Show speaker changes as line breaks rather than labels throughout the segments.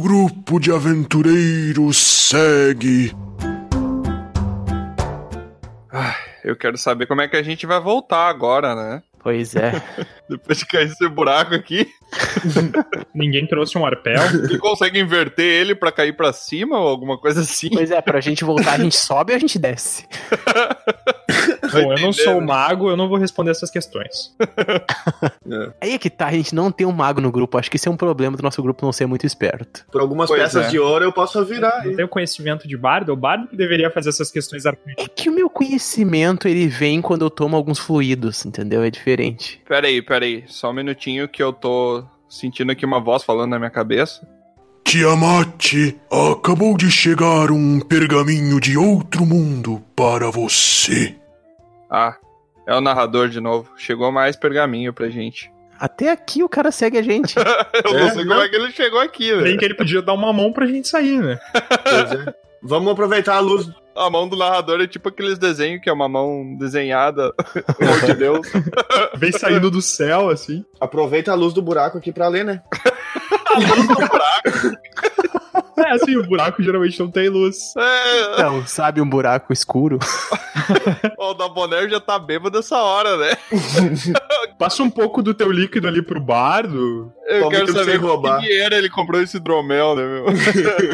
grupo de aventureiros segue.
Eu quero saber como é que a gente vai voltar agora, né?
Pois é.
Depois de cair esse buraco aqui,
Ninguém trouxe um arpel.
você consegue inverter ele pra cair pra cima ou alguma coisa assim?
Pois é, pra gente voltar, a gente sobe ou a gente desce?
Bom, eu não
entender,
sou
né?
mago, eu não vou responder essas questões.
Aí é que tá, a gente não tem um mago no grupo. Acho que esse é um problema do nosso grupo não ser muito esperto.
Por algumas
Pois
peças
é.
de ouro eu posso
Tá
virar.
Eu
hein?
tenho conhecimento de bardo, o bardo que deveria fazer essas questões arco-íris.
É que o meu conhecimento, ele vem quando eu tomo alguns fluidos, entendeu? É diferente.
Peraí, peraí, só um minutinho que eu tô sentindo aqui uma voz falando na minha cabeça.
Tiamat, acabou de chegar um pergaminho de outro mundo para você.
Ah, é o narrador de novo. Chegou mais pergaminho pra gente.
Até aqui o cara segue a gente.
Eu
É,
não sei como
não.
é que ele chegou aqui,
Nem
velho.
que ele podia dar uma mão pra gente sair, né?
Pois é. Vamos aproveitar a luz.
A mão do narrador é tipo aqueles desenhos que é uma mão desenhada, amor de Deus.
Vem saindo do céu, assim.
Aproveita a luz do buraco aqui pra ler, né?
É, assim, o buraco geralmente não tem luz.
É,
Então, sabe um buraco escuro?
ó, o da Bonaire já tá bêbado essa hora, né?
Passa um pouco do teu líquido ali pro bardo.
Eu
Toma
quero
tudo
saber
sem roubar.
que dinheiro ele comprou esse hidromel, né, meu?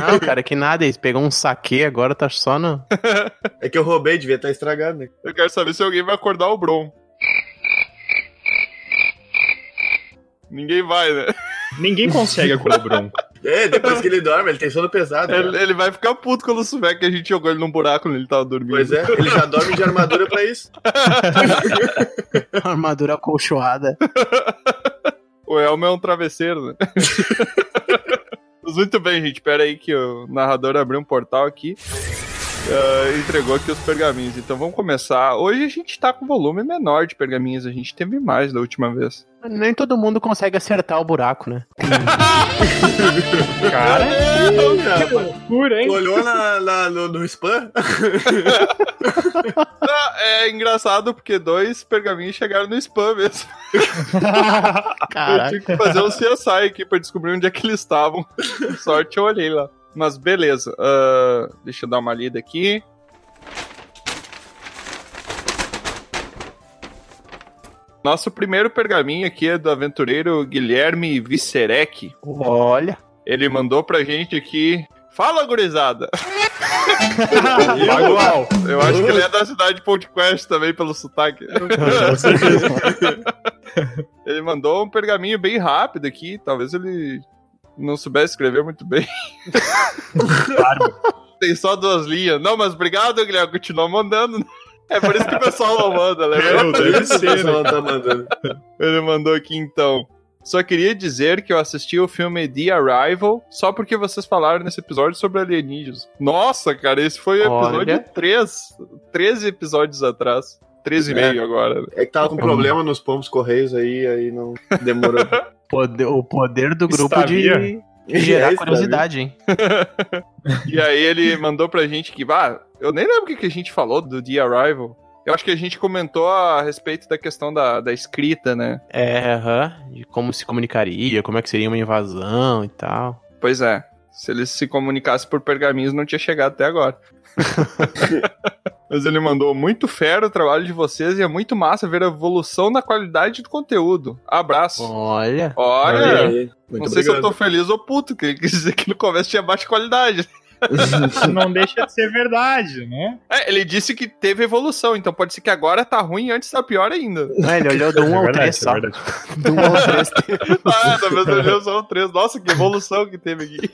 Não, cara, que nada. Eles pegou um saque, agora tá só no...
É que eu roubei, devia estar estragado, né?
Eu quero saber se alguém vai acordar o Bron. Ninguém vai, né?
Ninguém consegue acordar o Bronco.
É, depois que ele dorme, ele tem sono pesado.
Ele,
cara.
ele vai ficar puto quando souber que a gente jogou ele num buraco onde ele tava dormindo.
Pois é, ele já dorme de armadura pra isso.
armadura acolchoada.
O Elmo é um travesseiro, né? Mas muito bem, gente. Pera aí que o narrador abriu um portal aqui. eh, entregou aqui os pergaminhos. Então vamos começar. Hoje a gente tá com volume menor de pergaminhos. A gente teve mais da última vez.
Nem todo mundo consegue acertar o buraco, né?
Cara,
Cara,
pura, hein?
olhou na, na- no, no spam?
Ah, é engraçado porque dois pergaminhos chegaram no spam mesmo. Eu
Caraca.
tive que fazer um CSI aqui pra descobrir onde é que eles estavam. Sorte eu olhei lá. Mas beleza. ah, deixa eu dar uma lida aqui. Nosso primeiro pergaminho aqui é do aventureiro Guilherme Vicerec.
Olha.
Ele mandou pra gente aqui. Fala, gurizada!
Bagual.
Eu acho que ele é da cidade de Ponte Quest também, pelo sotaque. Ele mandou um pergaminho bem rápido aqui, talvez ele não soubesse escrever muito bem. Tem só duas linhas. Não, mas obrigado, Guilherme, continuou mandando. né? É por isso que o pessoal não manda, né?
Eu, deve
Isso,
ser, né?
ela tá mandando.
Ele mandou aqui então. Só queria dizer que eu assisti o filme The Arrival só porque vocês falaram nesse episódio sobre alienígenas. Nossa, cara, esse foi o
Olha.
episódio 3. 13 episódios atrás. 13 e meio agora. né?
É que tava com problema nos pombos correios aí, aí não demorou.
Poder- o poder do grupo de
Estavia.
gerar
É isso,
curiosidade, hein?
E aí ele mandou pra gente que, bah, eu nem lembro o que, que a gente falou do The Arrival. Eu acho que a gente comentou a respeito da questão da, da escrita, né?
É, aham. De como se comunicaria, como é que seria uma invasão e tal.
Pois é. Se eles se comunicassem por pergaminhos, não tinha chegado até agora. Mas ele mandou muito fera o trabalho de vocês e é muito massa ver a evolução na qualidade do conteúdo. Abraço.
Olha.
Olha,
Aí,
não
É. muito
sei se eu
obrigado.
tô feliz ou puto, que ele quis dizer que no começo tinha baixa qualidade.
Não deixa de ser verdade, né?
É, ele disse que teve evolução, então pode ser que agora tá ruim e antes tá pior ainda.
É, ele olhou do 1
é
ao
verdade,
3
isso é
só.
verdade.
Do 1 ao 3
Ah, da mesma geração 3. Nossa, que evolução que teve aqui.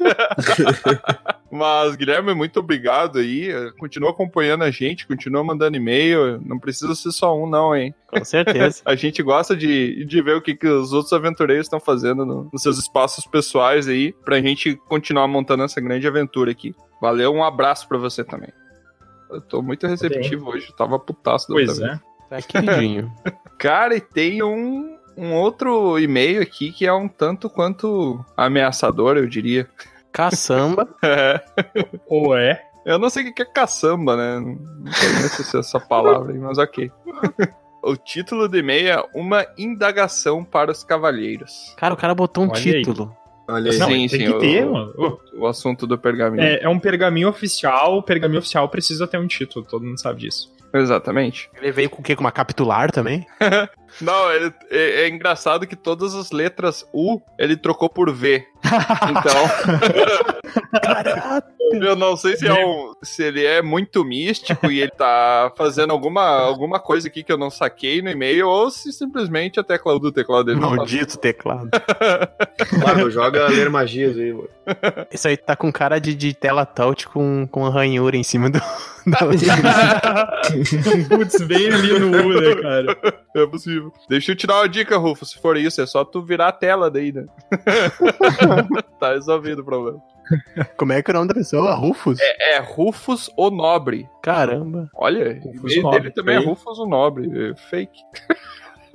Mas, Guilherme, muito obrigado aí. Continua acompanhando a gente, continua mandando e-mail. Não precisa ser só um, não, hein?
com certeza.
A gente gosta de, de ver o que, que os outros aventureiros estão fazendo no- nos seus espaços pessoais aí, pra gente continuar montando essa grande aventura aqui. Valeu, um abraço pra você também. Eu tô muito receptivo hoje, eu tava putaço da outra
Pois
vez.
é.
Tá queridinho.
Cara, e tem um, um outro e-mail aqui que é um tanto quanto ameaçador, eu diria.
Caçamba.
Ou é.
eu não sei o que que é caçamba, né? Não conheço essa- essa palavra aí, mas ok. o título do e-mail é Uma Indagação para os Cavalheiros.
Cara, o cara botou um
Olha aí.
título.
Olha aí.
Não,
Sim,
tem
sim,
que
eu-
ter, mano. Ô,
O assunto do pergaminho.
É, é um pergaminho oficial, o pergaminho oficial precisa ter um título, todo mundo sabe disso.
Exatamente.
Ele veio com o quê? Com uma capitular também?
Não, ele- é, é engraçado que todas as letras U ele trocou por V. Então,
Caraca!
eu não sei se, é um, se ele é muito místico e ele tá fazendo alguma, alguma coisa aqui que eu não saquei no e-mail, ou se simplesmente a tecla do teclado dele não passou.
Maldito teclado.
Claro, joga ler magias aí, mano.
Isso aí tá com cara de, de tela touch com, com a ranhura em cima do. da-
Putz, bem ali no U, né, cara?
É possível. Deixa eu te dar uma dica, Rufo. Se for isso, é só tu virar a tela daí, né? tá resolvido o problema.
Como é que é o nome da pessoa? Rufus?
É Rufus o Nobre.
Caramba.
Olha,
Rufus
ele,
Nobre,
ele também é
fake.
Rufus o Nobre. é Fake.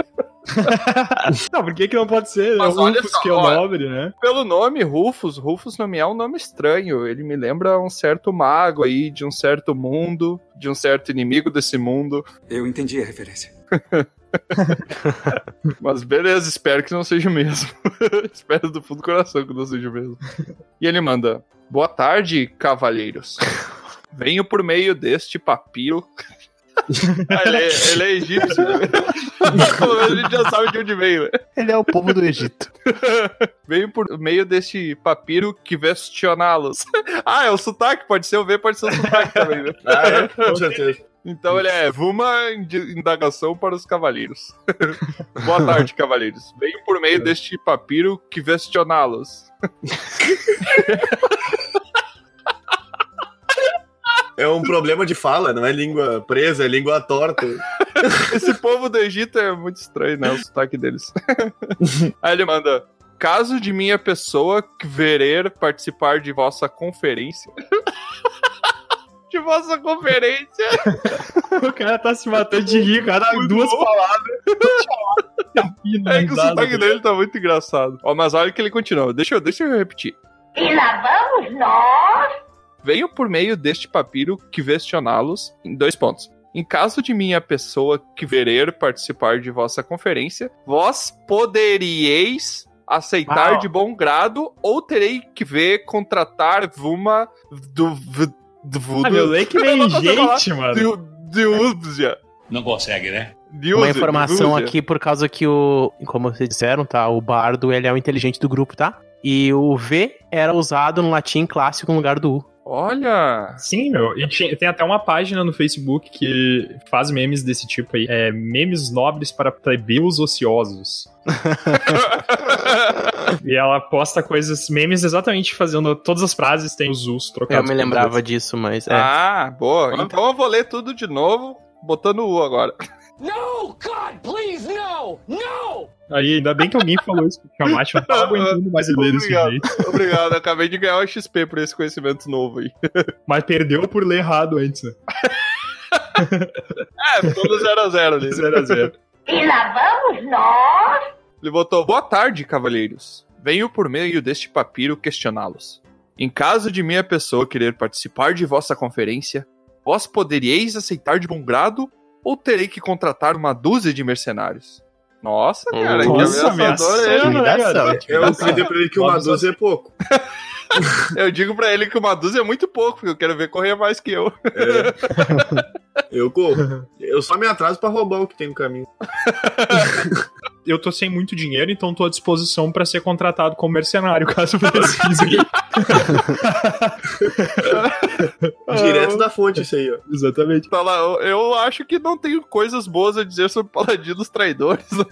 Não, por que que não pode ser? né?
Mas
O
olha
Rufus
só,
que é o
olha.
nobre, né?
Pelo nome Rufus, Rufus não me é um nome estranho. Ele me lembra um certo mago aí, de um certo mundo, de um certo inimigo desse mundo.
Eu entendi a referência.
Mas beleza, espero que não seja o mesmo. espero do fundo do coração que não seja o mesmo. E ele manda: Boa tarde, cavalheiros. Venho por meio deste papiro. Ah, ele, é, ele é egípcio. né? Pelo menos a gente já sabe de onde veio. né?
Ele é o povo do Egito.
Veio por meio deste papiro que vestioná-los. ah, é o sotaque, pode ser o V, pode ser o sotaque também, né?
Ah, é, com certeza.
Então ele é uma ind- indagação para os cavaleiros. Boa tarde, cavaleiros. Venho por meio deste papiro que vestioná-los.
É um problema de fala, não é língua presa, é língua torta.
Esse povo do Egito é muito estranho, né? O sotaque deles. Aí ele manda. Caso de minha pessoa querer participar de vossa conferência. de vossa conferência.
O cara tá se matando de rir, cara, duas
bom.
palavras.
É que o sotaque dele tá muito engraçado. Ó, mas olha que ele continua. Deixa eu, deixa eu repetir.
E lá vamos nós!
Venho por meio deste papiro que questioná-los em dois pontos. Em caso de minha pessoa querer participar de vossa conferência, vós poderíeis aceitar
Uau.
de bom grado ou terei que ver contratar vuma do v- do
Ah, meu,
vudo
lê que
Eu não
nem
consigo falar.
gente, mano.
de de Úzia.
Não consegue, né?
De
Uma
Úzia,
informação
de Úzia.
aqui por causa que o. Como vocês disseram, tá? O bardo, ele é o inteligente do grupo, tá? E o V era usado no latim clássico no lugar do U.
Olha,
Sim, meu. E ti- tem até uma página no Facebook que faz memes desse tipo aí. É memes nobres para plebeus ociosos. e ela posta coisas, memes exatamente fazendo todas as frases, tem os us
Eu
trocados.
me lembrava disso, mas. É.
ah, boa. Então eu vou ler tudo de novo, botando o U agora.
No, God, please, no! No!
Aí ainda bem que alguém falou isso, porque o Camacho não tava aguentando mais ele ler desse
Obrigado.
jeito.
Obrigado, acabei de ganhar um XP por esse conhecimento novo aí.
Mas perdeu por ler errado antes, né?
É, ficou no 0x0 ali.
0 a 0
E lá vamos nós!
Ele botou: Boa tarde, cavalheiros. Venho por meio deste papiro questioná-los. Em caso de minha pessoa querer participar de vossa conferência, vós poderíeis aceitar de bom grado ou terei que contratar uma dúzia de mercenários? Nossa, cara,
Nossa,
que ameaçador é ele.
ameaçando, né, cara?
Eu acredito pra ele que uma dúzia é pouco.
Eu digo pra ele que uma dúzia é muito pouco, porque eu quero ver correr mais que eu.
É. Eu corro. Eu só me atraso pra roubar o que tem no caminho.
Eu tô sem muito dinheiro, então tô à disposição pra ser contratado como mercenário, caso precise.
Direto da fonte isso aí, ó.
Exatamente.
Tá lá, eu- eu acho que não tenho coisas boas a dizer sobre paladinos traidores. né?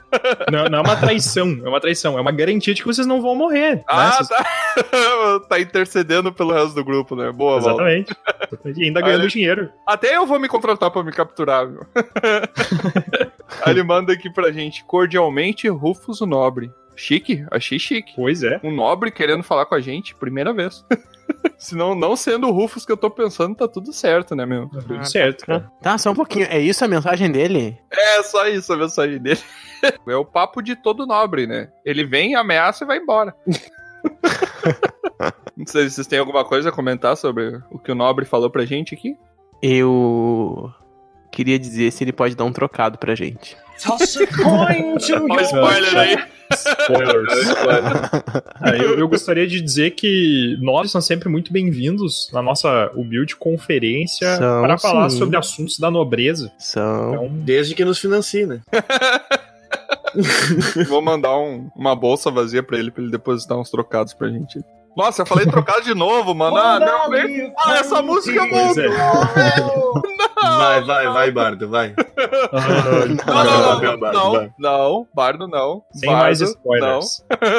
Não, não é uma traição, é uma traição. É uma garantia de que vocês não vão morrer. né?
Ah,
Vocês-
tá. tá intercedendo pelo resto do grupo, né? Boa, Val.
Exatamente. E ainda ganhando
Olha.
dinheiro.
Até eu vou me contratar pra me capturar, meu. Aí ele manda aqui pra gente, cordialmente, Rufus o Nobre. Chique, achei chique.
Pois é.
Um nobre querendo falar com a gente, primeira vez. Se não, não sendo o Rufus que eu tô pensando, tá tudo certo, né, meu?
Tudo certo. cara.
Tá, só um pouquinho. É isso a mensagem dele?
É só isso a mensagem dele. É o papo de todo nobre, né? Ele vem, ameaça e vai embora. Não sei se vocês têm alguma coisa a comentar sobre o que o nobre falou pra gente aqui.
Eu. queria dizer se ele pode dar um trocado pra gente.
Toss a coin to
Olha o spoiler aí.
Spoilers. É, eu, eu gostaria de dizer que nós são sempre muito bem-vindos na nossa humilde conferência
São,
para falar
sim.
sobre assuntos da nobreza.
São.
Então,
Desde que nos financie, né?
Vou mandar um- uma bolsa vazia pra ele, pra ele depositar uns trocados pra gente. Nossa, eu falei trocado de novo, mano. Ah, não, vem.
um
Ah, essa música
pois
voltou.
é.
Vai, vai, vai, Bardo, vai.
Então,
Não, não,
Bardo,
não,
Bardo,
não,
Bardo.
não, Bardo não.
Sem
Bardo,
mais spoilers.
Não.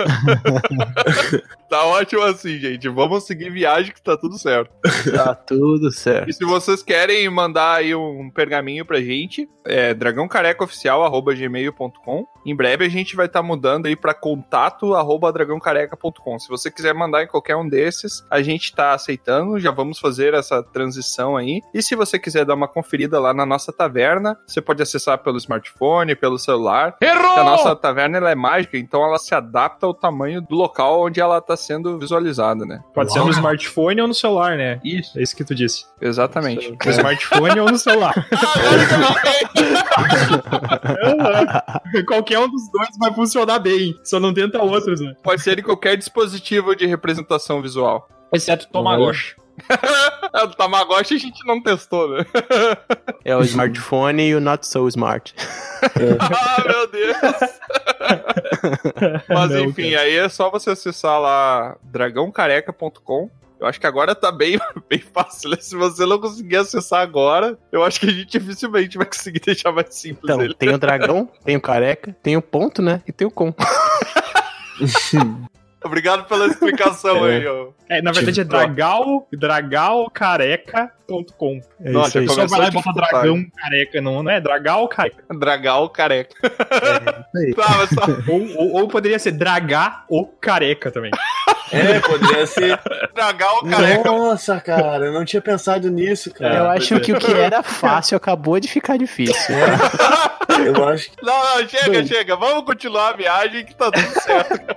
Tá ótimo assim, gente. Vamos seguir viagem que tá tudo certo.
Tá tudo certo.
E se vocês querem mandar aí um pergaminho pra gente, é dragãocarecaoficial.gmail.com. Em breve a gente vai estar mudando aí pra contato arroba dragãocareca.com. Se você quiser mandar em qualquer um desses, a gente tá aceitando, já vamos fazer essa transição aí. E se você quiser dar uma conferida lá na nossa taverna, você pode acessar pelo smartphone, pelo celular. Porque A nossa taverna ela é mágica, então ela se adapta ao tamanho do local onde ela tá sendo visualizada, né?
Pode ser no smartphone ou no celular, né?
Isso.
É isso que tu disse.
Exatamente.
No
É.
smartphone ou no celular. Qualquer um dos dois vai funcionar bem. Só não tenta outros, né?
Pode ser em qualquer dispositivo de representação visual.
Exceto Tamagotchi.
Ah, do Tamagotchi a gente não testou, né?
É o smartphone e o not so smart.
ah, meu Deus! Mas
Não,
enfim, aí é só você acessar lá dragãocareca.com. Eu acho que agora tá bem, bem fácil, né? Se você não conseguir acessar agora, eu acho que a gente dificilmente vai conseguir deixar mais simples
Então,
ele.
tem o dragão, tem o careca, tem o ponto, né? E tem o com.
Obrigado pela explicação aí, ó.
É, na verdade é dragal, dragalcareca.com.
É
Nossa,
isso aí.
como
Só vai lá e
Começou tipo
bota
a dificultar.
dragão careca, não, não é? Dragal careca.
Dragal careca.
É, aí.
tá, mas só...
Ou, ou, ou poderia ser dragar o careca também.
É, poderia ser.
Dragal careca.
Nossa, cara, eu não tinha pensado nisso, cara.
Eu acho que o que era fácil acabou de ficar difícil.
Eu acho que.
Não, não, chega, chega. Vamos continuar a viagem que tá tudo certo.